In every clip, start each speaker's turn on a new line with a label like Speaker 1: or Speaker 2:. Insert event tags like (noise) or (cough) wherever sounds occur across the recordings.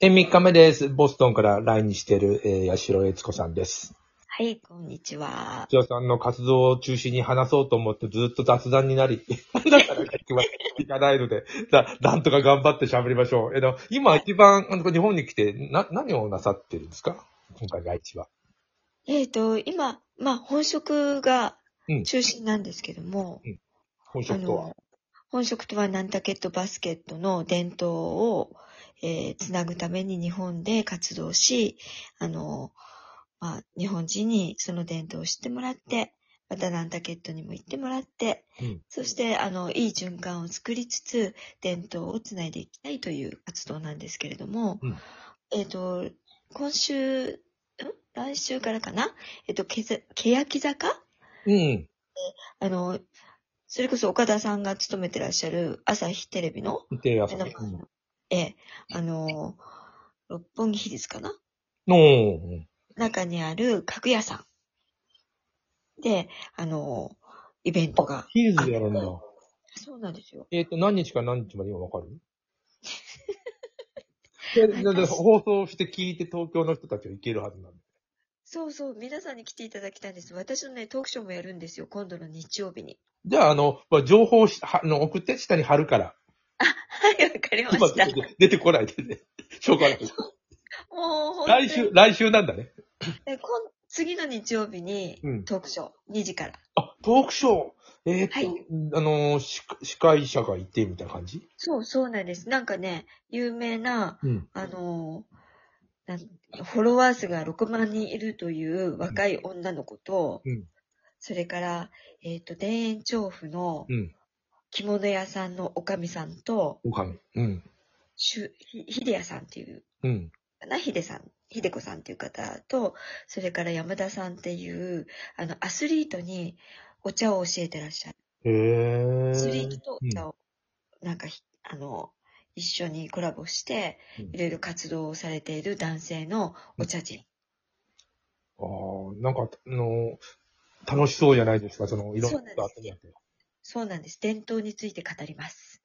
Speaker 1: え、3日目です。ボストンから来日している、えー、八代悦子さんです。
Speaker 2: はい、こんにちは。
Speaker 1: 八代さんの活動を中心に話そうと思ってずっと雑談になり、 (laughs) だから結局は聞かないので、だ、なんとか頑張って喋りましょう。えの、今一番、あの日本に来て、な、何をなさってるんですか今回来日は。
Speaker 2: えっ、と、今、まあ、本職が
Speaker 1: うん
Speaker 2: 中心なんですけども、
Speaker 1: 本
Speaker 2: あ
Speaker 1: 職とは
Speaker 2: の。、本職とはナンタケットバスケットの伝統を、えーつなぐために日本で活動し、あの、まあ、日本人にその伝統を知ってもらって、またナンタケットにも行ってもらって、
Speaker 1: うん
Speaker 2: そして、あの、いい循環を作りつつ、伝統をつないでいきたいという活動なんですけれども、
Speaker 1: うん
Speaker 2: えっ、と、今週、ん来週からかなえっ、と、けざ、けやき坂
Speaker 1: うん。
Speaker 2: あの、それこそ岡田さんが勤めてらっしゃる朝日テレビの、
Speaker 1: 見てやさ
Speaker 2: あの
Speaker 1: うん。
Speaker 2: ええ、あの、六本木ヒルズかな
Speaker 1: のー
Speaker 2: 中にある家具屋さんで、あの、イベントが。
Speaker 1: ヒルズでやるんだ。
Speaker 2: そうなんですよ。
Speaker 1: えっ、と、何日から何日まで今わ (laughs) かるででで
Speaker 2: 私
Speaker 1: 放送して聞いて東京の人たちは行けるはずなんだ。
Speaker 2: そうそう、皆さんに来ていただきたいんです。私のね、トークショーもやるんですよ、今度の日曜日に。 (laughs)
Speaker 1: じゃあ、あの、まあ、情報をしはあの送って下に貼る
Speaker 2: (laughs)
Speaker 1: から。
Speaker 2: はい、わかりま
Speaker 1: 今
Speaker 2: した。
Speaker 1: 出
Speaker 2: もう
Speaker 1: て出てこないで
Speaker 2: (laughs)
Speaker 1: ね。しょうがない。
Speaker 2: 本当に
Speaker 1: 来週、来週なんだね。
Speaker 2: えこん次の日曜日に
Speaker 1: うん
Speaker 2: トークショー、2時から。
Speaker 1: あ、トークショー。えーっと、
Speaker 2: はい
Speaker 1: あのー司司会者がいてみたいな感じ
Speaker 2: そう、そうなんです。なんかね、有名な、
Speaker 1: うん。
Speaker 2: あのーなんフォロワー数が6万人いるという若い女の子と、
Speaker 1: うん
Speaker 2: それから、えっ、と、田園調布の
Speaker 1: うん。
Speaker 2: 着物屋さんのおかみさんと、
Speaker 1: おかみ。うん。
Speaker 2: しゅひひでやさんっていう、
Speaker 1: うん。
Speaker 2: かな、ひでさん、ひでこさんっていう方と、それから山田さんっていう、あの、アスリートにお茶を教えてらっしゃる。
Speaker 1: へえ。
Speaker 2: アスリートとお茶を、なんかひ、あの、一緒にコラボして
Speaker 1: うん、
Speaker 2: いろいろ活動をされている男性のお茶人。
Speaker 1: うん、ああ、なんか、あのー楽しそうじゃないですか。その、いろん
Speaker 2: そ
Speaker 1: な
Speaker 2: うなんです
Speaker 1: ことあってみて。
Speaker 2: そうなんです。伝統について語ります。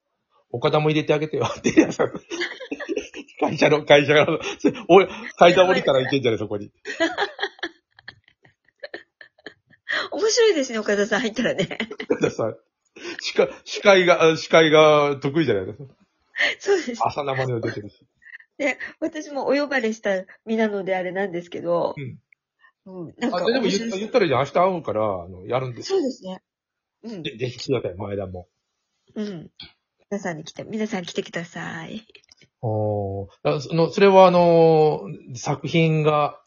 Speaker 1: 岡田も入れてあげてよ。 (laughs) って言うやつ会社の、会社が、お会社降りたらいけんじゃないそこに。
Speaker 2: 面白いですね、岡田さん入ったらね。 (laughs)
Speaker 1: だってさ、司会、司会が、司会が得意じゃないですか。
Speaker 2: そうです。
Speaker 1: 朝生には出てるし。
Speaker 2: 私もお呼ばれした身なのであれなんですけど
Speaker 1: うん、
Speaker 2: うん。なん
Speaker 1: あ、
Speaker 2: か
Speaker 1: でも
Speaker 2: 面
Speaker 1: 言
Speaker 2: 白
Speaker 1: った言
Speaker 2: い
Speaker 1: っ。たらいいじゃん。明日会うから、あの、やるんですよ。
Speaker 2: そうですね。うん。
Speaker 1: ぜぜひ来てください、前田も。
Speaker 2: うん。皆さんに来て、皆さん来てください。
Speaker 1: おーその、それはあのー作品が、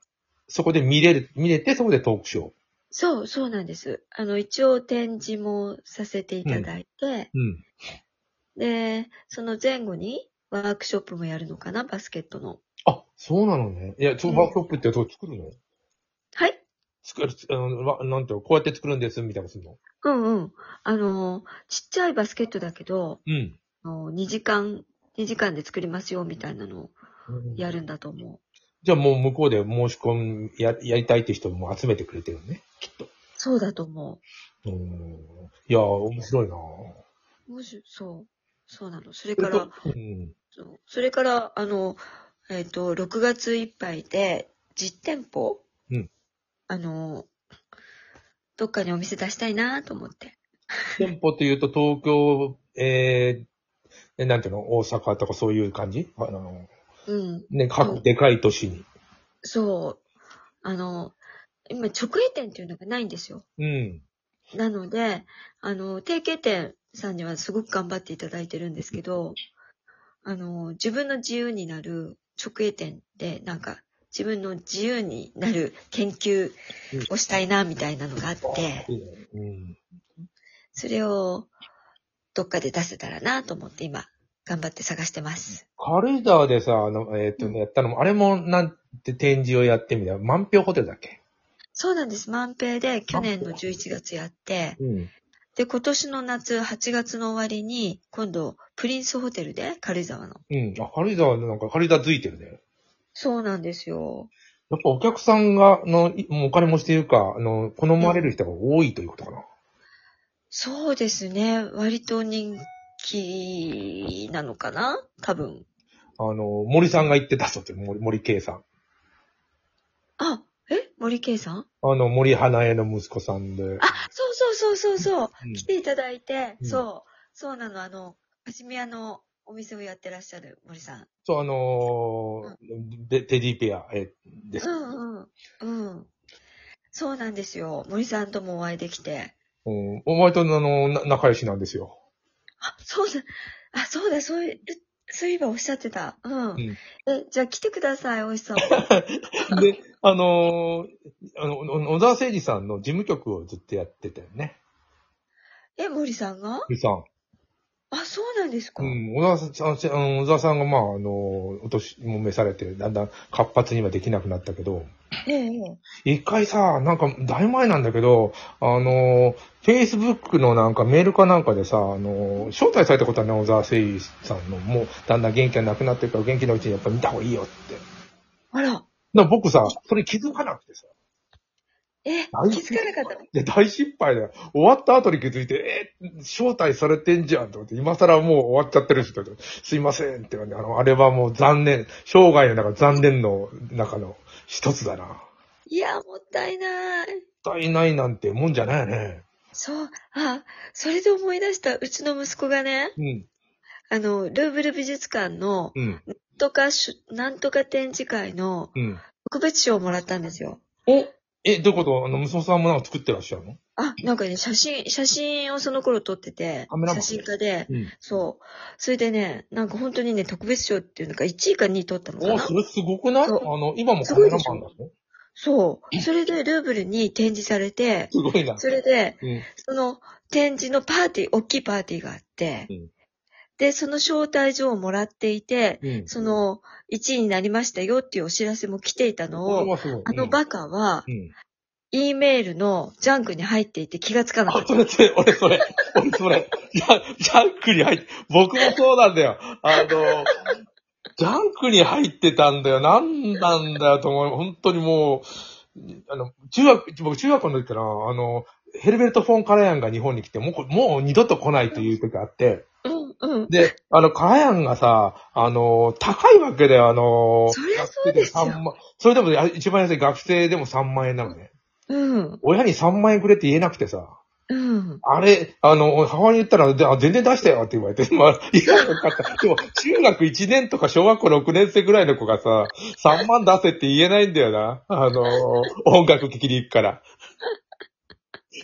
Speaker 1: そこで見れる、見れて、そこでトークショー。
Speaker 2: そう、そうなんです。あの、一応展示もさせていただいて、
Speaker 1: うん。
Speaker 2: で、その前後にワークショップもやるのかな、バスケットの。
Speaker 1: あ、そうなのね。いや、ちょ、
Speaker 2: うん
Speaker 1: ワークショップってどう作るの
Speaker 2: はい
Speaker 1: 作る、あの、わなんていうのこうやって作るんです、みたいなのするの
Speaker 2: うんうん。あの、ちっちゃいバスケットだけど、
Speaker 1: うん。
Speaker 2: あの2時間、2時間で作りますよ、みたいなのをやるんだと思う。
Speaker 1: じゃあもう向こうで申し込みや、やりたいって人も集めてくれてるね。
Speaker 2: そうだと思
Speaker 1: うん。いや、面白いなぁ。
Speaker 2: う。もし、そう。そうなの。それから、
Speaker 1: うん。
Speaker 2: そうそれから、あの、えっ、と、6月いっぱいで、実店舗
Speaker 1: うん
Speaker 2: あの、どっかにお店出したいなと思って。
Speaker 1: 店舗というと東京、えー、えなんていうの大阪とかそういう感じあの、
Speaker 2: うん。
Speaker 1: ね、各でかい都市に。
Speaker 2: そう。あの、今、直営店っていうのがないんですよ。
Speaker 1: うん。
Speaker 2: なので、あの、提携店さんにはすごく頑張っていただいてるんですけど、あの、自分の自由になる直営店で、なんか、自分の自由になる研究をしたいな、みたいなのがあって、
Speaker 1: うん。
Speaker 2: それをどっかで出せたらなと思って今、頑張って探してます。
Speaker 1: カルダーでさ、あの、えーっ、と
Speaker 2: うん
Speaker 1: ね、やったのも、あれもなんて展示をやってみたいな。満票ホテルだっけ
Speaker 2: そうなんです。万平で去年の11月やって、
Speaker 1: うん。
Speaker 2: で、今年の夏、8月の終わりに、今度、プリンスホテルで、軽井沢の。
Speaker 1: うん。あ、カルダーなんか、カルダーついてるね。
Speaker 2: そうなんですよ。
Speaker 1: やっぱお客さんが、あの、いもうお金持ちというか、あの、好まれる人が多いということかな。
Speaker 2: そうですね。割と人気なのかな多分。
Speaker 1: あの、森さんが言ってたそうです森、森圭さん。
Speaker 2: あ、え森圭さん
Speaker 1: あの、森花江の息子さんで。
Speaker 2: あ、そうそうそうそうそう。
Speaker 1: うん
Speaker 2: 来ていただいて、
Speaker 1: うん
Speaker 2: そう、そうなの、あの、カシミヤのお店をやってらっしゃる森さん。
Speaker 1: そう、あのーで、テディペア、え、です
Speaker 2: う。んうん、うん。そうなんですよ。森さんともお会いできて。
Speaker 1: うん。お前と、あの、な仲良しなんですよ。
Speaker 2: あ、そうだ、あ、そうだ、そういう、そういえばおっしゃってた。うん。
Speaker 1: ん
Speaker 2: え、じゃあ来てください、おいし
Speaker 1: (laughs)
Speaker 2: さんも。
Speaker 1: で、あのーあの、お小沢誠二さんの事務局をずっとやってたよね。
Speaker 2: え、森さんが
Speaker 1: 森さん。
Speaker 2: あ、そうなんですか。
Speaker 1: うん。小沢さん、あの小沢さんが、まあ、あの、お年も召されて、だんだん活発にはできなくなったけど、
Speaker 2: えええ
Speaker 1: 一回さ、なんか、だいぶ前なんだけど、あの、Facebook のなんかメールかなんかでさ、あの、招待されたことはね、小沢誠二さんの、もう、だんだん元気がなくなってるから、元気のうちにやっぱ見た方がいいよって。だか
Speaker 2: あら、
Speaker 1: ら僕さ、それ気づかなくてさ、
Speaker 2: え、
Speaker 1: 大
Speaker 2: 気づかなかった。
Speaker 1: で、大失敗だよ。終わった後に気づいて、えー招待されてんじゃんと思って、今更もう終わっちゃってるし、と思ってすいませんって言われて、あの、あれはもう残念、生涯の中残念の中の一つだな。も
Speaker 2: いや、もったいない。
Speaker 1: ったいないなんてもんじゃないよね。
Speaker 2: そう、あ、それで思い出した、うちの息子がね、
Speaker 1: うん、
Speaker 2: あの、ルーブル美術館の、
Speaker 1: うん、
Speaker 2: とかしゅ、なんとか展示会の
Speaker 1: うん。
Speaker 2: 特別賞をもらったんですよ。
Speaker 1: おえ、どういうことあの、息子さんもなんか作ってらっしゃるの
Speaker 2: あ、なんかね、写真、写真をその頃撮ってて
Speaker 1: カメ、ラマン
Speaker 2: 写真家で、
Speaker 1: うん。
Speaker 2: そう。それでね、なんか本当にね、特別賞っていうのか、1位か2位取ったのか
Speaker 1: お、
Speaker 2: な
Speaker 1: それすごくないあ
Speaker 2: そう
Speaker 1: の、今もカ
Speaker 2: すご
Speaker 1: メ
Speaker 2: い
Speaker 1: ラ
Speaker 2: でしょ
Speaker 1: マンだの
Speaker 2: そう。それでルーブルに展示されて、
Speaker 1: すごいな。
Speaker 2: それで、
Speaker 1: うん。
Speaker 2: その展示のパーティー、大きいパーティーがあって
Speaker 1: うん、
Speaker 2: で、その招待状をもらっていて、
Speaker 1: うん。
Speaker 2: その1位になりましたよっていうお知らせも来ていたの
Speaker 1: これ
Speaker 2: を、
Speaker 1: はすごい。
Speaker 2: あの
Speaker 1: 場
Speaker 2: バカは、
Speaker 1: うん。
Speaker 2: E メールのジャンクに入っていて気がつかなかっ
Speaker 1: あ、それって、俺それ、俺それ、ジャジャンクに入って、僕もそうなんだよ。あの、ジャンクに入ってたんだよ。なんなんだよと思う。本当にもう、あの、中学、僕中学校の時から、あの、ヘルベルト・フォン・カラヤンが日本に来て、もうこ、もう二度と来ないという時があって、
Speaker 2: た。うんうん。
Speaker 1: で、あの、カラヤンがさ、あの、高いわけだよ、あの、
Speaker 2: そりゃそうですよ
Speaker 1: 学生で三万それでもあ一番安い学生でも3万円なのね。
Speaker 2: うん。
Speaker 1: 親に3万円くれって言えなくてさ。
Speaker 2: うん。
Speaker 1: あれ、あの、母親に言ったら、であ全然出したよって言われて、 (laughs) まあ、いや、よかった。でも、中学1年とか小学校6年生ぐらいの子がさ、3万出せって言えないんだよな。あの、音楽聴きに行くから。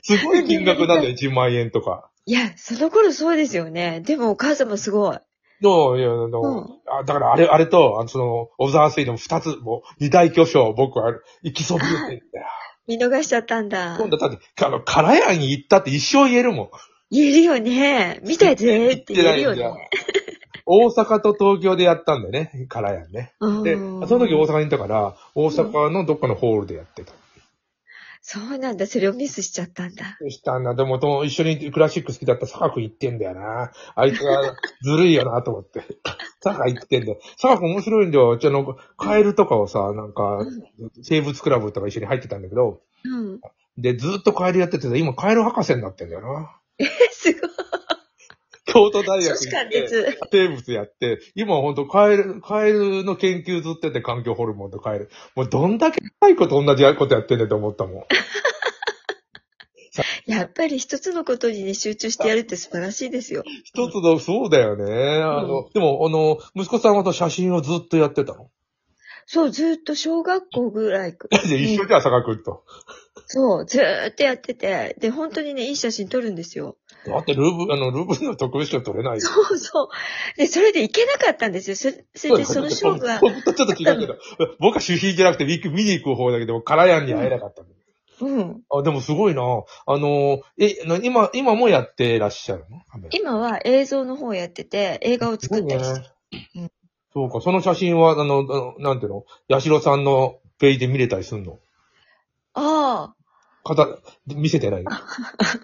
Speaker 1: すごい金額なんだよ、1万円とか。
Speaker 2: いや、その頃そうですよね。でもお母様すごい。
Speaker 1: どういや、あの、
Speaker 2: うん
Speaker 1: あだからあれ、あれと、あのその、小沢水の2つ、もう、二大巨匠、僕
Speaker 2: (laughs)
Speaker 1: は、行きそびれてんだよ。
Speaker 2: 見逃しちゃったんだ。
Speaker 1: 今度、だって、あの、辛屋に行ったって一生言えるもん。
Speaker 2: 言えるよね。見たぜって言えるよ
Speaker 1: 言って
Speaker 2: ね。
Speaker 1: 大阪と東京でやったんだよね、辛屋ね。
Speaker 2: うん
Speaker 1: で、その時大阪にいたから、大阪のどっかのホールでやってた。
Speaker 2: そうなんだ。それをミスしちゃったんだ。
Speaker 1: そしたんだ。でも、とも一緒にクラシック好きだった坂君行ってんだよな。あいつがずるいよなと思って。坂行ってんだよ。坂君面白いんだよ。じゃあの、カエルとかをさ、なんか、生物クラブとか一緒に入ってたんだけど、
Speaker 2: うん。
Speaker 1: で、ずっとカエルやっててさ、今カエル博士になってんだよな。
Speaker 2: え、すごい。
Speaker 1: 京都大学
Speaker 2: 少
Speaker 1: 行
Speaker 2: 子間
Speaker 1: って、
Speaker 2: 列。
Speaker 1: 生物やって、今はほんとカエル、カエルの研究ずっとやって環境ホルモンとカエル。もうどんだけ高いこと同じことやってんねんと思ったもん。
Speaker 2: やっぱり一つのことにね、集中してやるって素晴らしいですよ。
Speaker 1: 一つの、そうだよね。あの、でも、あの、息子さんはと写真をずっとやってたの。
Speaker 2: そう、ずーっと小学校ぐらいく。
Speaker 1: で一緒じゃん、坂君と。
Speaker 2: そう、ずーっとやってて。で、本当にね、いい写真撮るんですよ。
Speaker 1: だって、ルーブ、あの、ルーブの特別賞取れないよ。
Speaker 2: そうそう。で、それで行けなかったんですよ。そそれで、その勝負は、
Speaker 1: ほんとちょっと違うけど、僕は主品じゃなくて、見に行く方だけど、カラヤンに会えなかったの。
Speaker 2: うん。
Speaker 1: あ、でもすごいな。あの、え、な今、今もやってらっしゃるのカメラ
Speaker 2: 今は映像の方をやってて、映画を作ったりして。
Speaker 1: うんそうか、その写真は、あの、あのなんていうの八代さんのページで見れたりすんの
Speaker 2: あ
Speaker 1: かた、見せてないの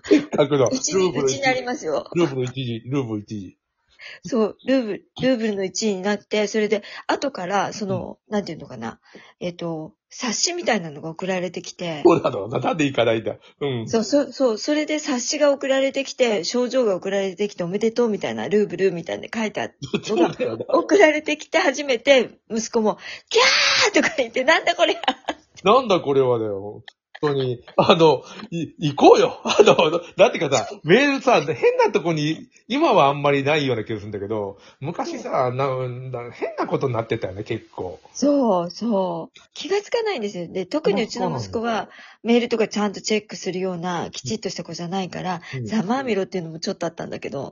Speaker 1: せっかくの。
Speaker 2: あ、うち
Speaker 1: ル
Speaker 2: に、
Speaker 1: ーブ
Speaker 2: う
Speaker 1: ル
Speaker 2: ちにありますよ。
Speaker 1: ルーブル1時、ルーブル1時。
Speaker 2: そう、ルーブル、ルーブルの1位になって、それで、後から、その、なんていうのかな、えっ、と、冊子みたいなのが送られてきて、
Speaker 1: そうだろうな。なんで行かないんだ。うん。
Speaker 2: そう、そう、そう、それで冊子が送られてきて、症状が送られてきて、おめでとうみたいな、ルーブルみたいな書いてあって、
Speaker 1: そうだよな。
Speaker 2: 送られてきて初めて、息子も、キャーとか言って、なんだこれ
Speaker 1: なんだこれはだよ。本当に。あの、い、行こうよ。あの、だってかさ、メールさ、変なとこに、今はあんまりないような気がするんだけど、昔さ、なんだ、変なことになってたよね、結構。
Speaker 2: そう、そう。気がつかないんですよ。で、特にうちの息子は、メールとかちゃんとチェックするような、きちっとした子じゃないから、
Speaker 1: うん
Speaker 2: ざまあみろっていうのもちょっとあったんだけど、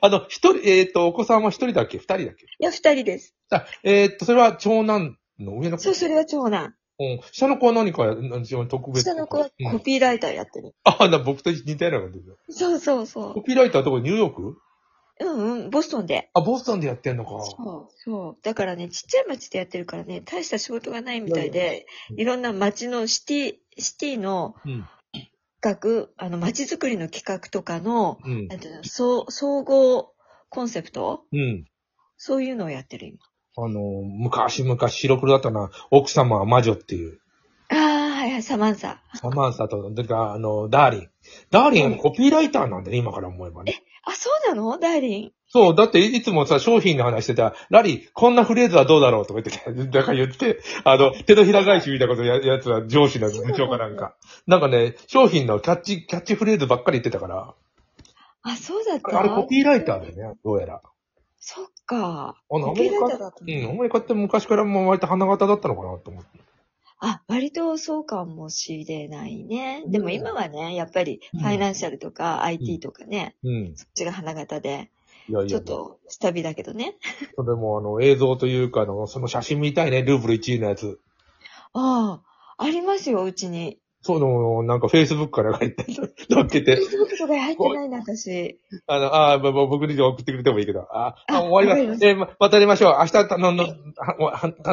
Speaker 1: あの、一人、えっ、と、お子さんは一人だっけ二人だっけ
Speaker 2: いや、二人です。
Speaker 1: あ、えっ、と、それは長男の上の子
Speaker 2: そう、それは長男。
Speaker 1: うん。下の子は何か、何しろ特別。
Speaker 2: 下の子は
Speaker 1: う
Speaker 2: コ
Speaker 1: ん、
Speaker 2: ピーライターやってる。
Speaker 1: あ、な、僕と似たようなことだよ。
Speaker 2: そうそうそ
Speaker 1: コピーライターどこニューヨーク
Speaker 2: う。うんうん、ボストンで。
Speaker 1: あ、ボストンでやってんのか。
Speaker 2: そう、そう。だからね、ちっちゃい町でやってるからね、大した仕事がないみたいで、
Speaker 1: うん
Speaker 2: いろんな町のシティ、シティの
Speaker 1: うん。
Speaker 2: 企画、あの、町づくりの企画とかの、
Speaker 1: うん
Speaker 2: な。んていうの、そう総合コンセプト
Speaker 1: うん。
Speaker 2: そういうのをやってる、今。
Speaker 1: あの、昔々白黒だったな、奥様は魔女って (laughs) いう、
Speaker 2: ああ、はいはい、サマンサ。
Speaker 1: サマンサと、てか、あの、ダーリン。ダーリンはコピーライターなんだね、今から思えばね。
Speaker 2: あ、そうなのダーリン。
Speaker 1: そう、だっていつもさ、商品の話してたら、ラリー、こんなフレーズはどうだろうとか言って、 (laughs) だから言って、あの、手のひら返しみたいな (laughs) ことややつは上司なんです、部長かなんか。なんかね、商品のキャッチ、キャッチフレーズばっかり言ってたから、
Speaker 2: あ、そうだっ
Speaker 1: あ
Speaker 2: た
Speaker 1: れあれコピーライターだよね、どうやら。
Speaker 2: そっか。
Speaker 1: あの、ア
Speaker 2: コ
Speaker 1: メ
Speaker 2: ピ
Speaker 1: リ
Speaker 2: ーライ
Speaker 1: カ
Speaker 2: ター、だった
Speaker 1: う
Speaker 2: の
Speaker 1: ん、アメリカって昔からもう割と花形だったのかなと思って。
Speaker 2: あ、割とそうかもしれないね。
Speaker 1: うん
Speaker 2: でも今はね、やっぱり
Speaker 1: うん
Speaker 2: ファイナンシャルとか IT とかね、
Speaker 1: うん。
Speaker 2: そっちが花形で、
Speaker 1: いやいや。
Speaker 2: ちょっと下火だけどね。
Speaker 1: それもあの映像というかあの、その写真見たいね、ルーブル1位のやつ。
Speaker 2: ああ、ありますよ、うちに。
Speaker 1: そうの、なんか Facebook から入って、 (laughs) 載っけて、
Speaker 2: Facebook とか入ってないな、私。
Speaker 1: あの、ああ、まま僕に送ってくれてもいいけど、ああ、
Speaker 2: あ
Speaker 1: 終わり
Speaker 2: わかり
Speaker 1: ま。
Speaker 2: ます
Speaker 1: えーま、またやりましょう。明日、たの、の、は、は、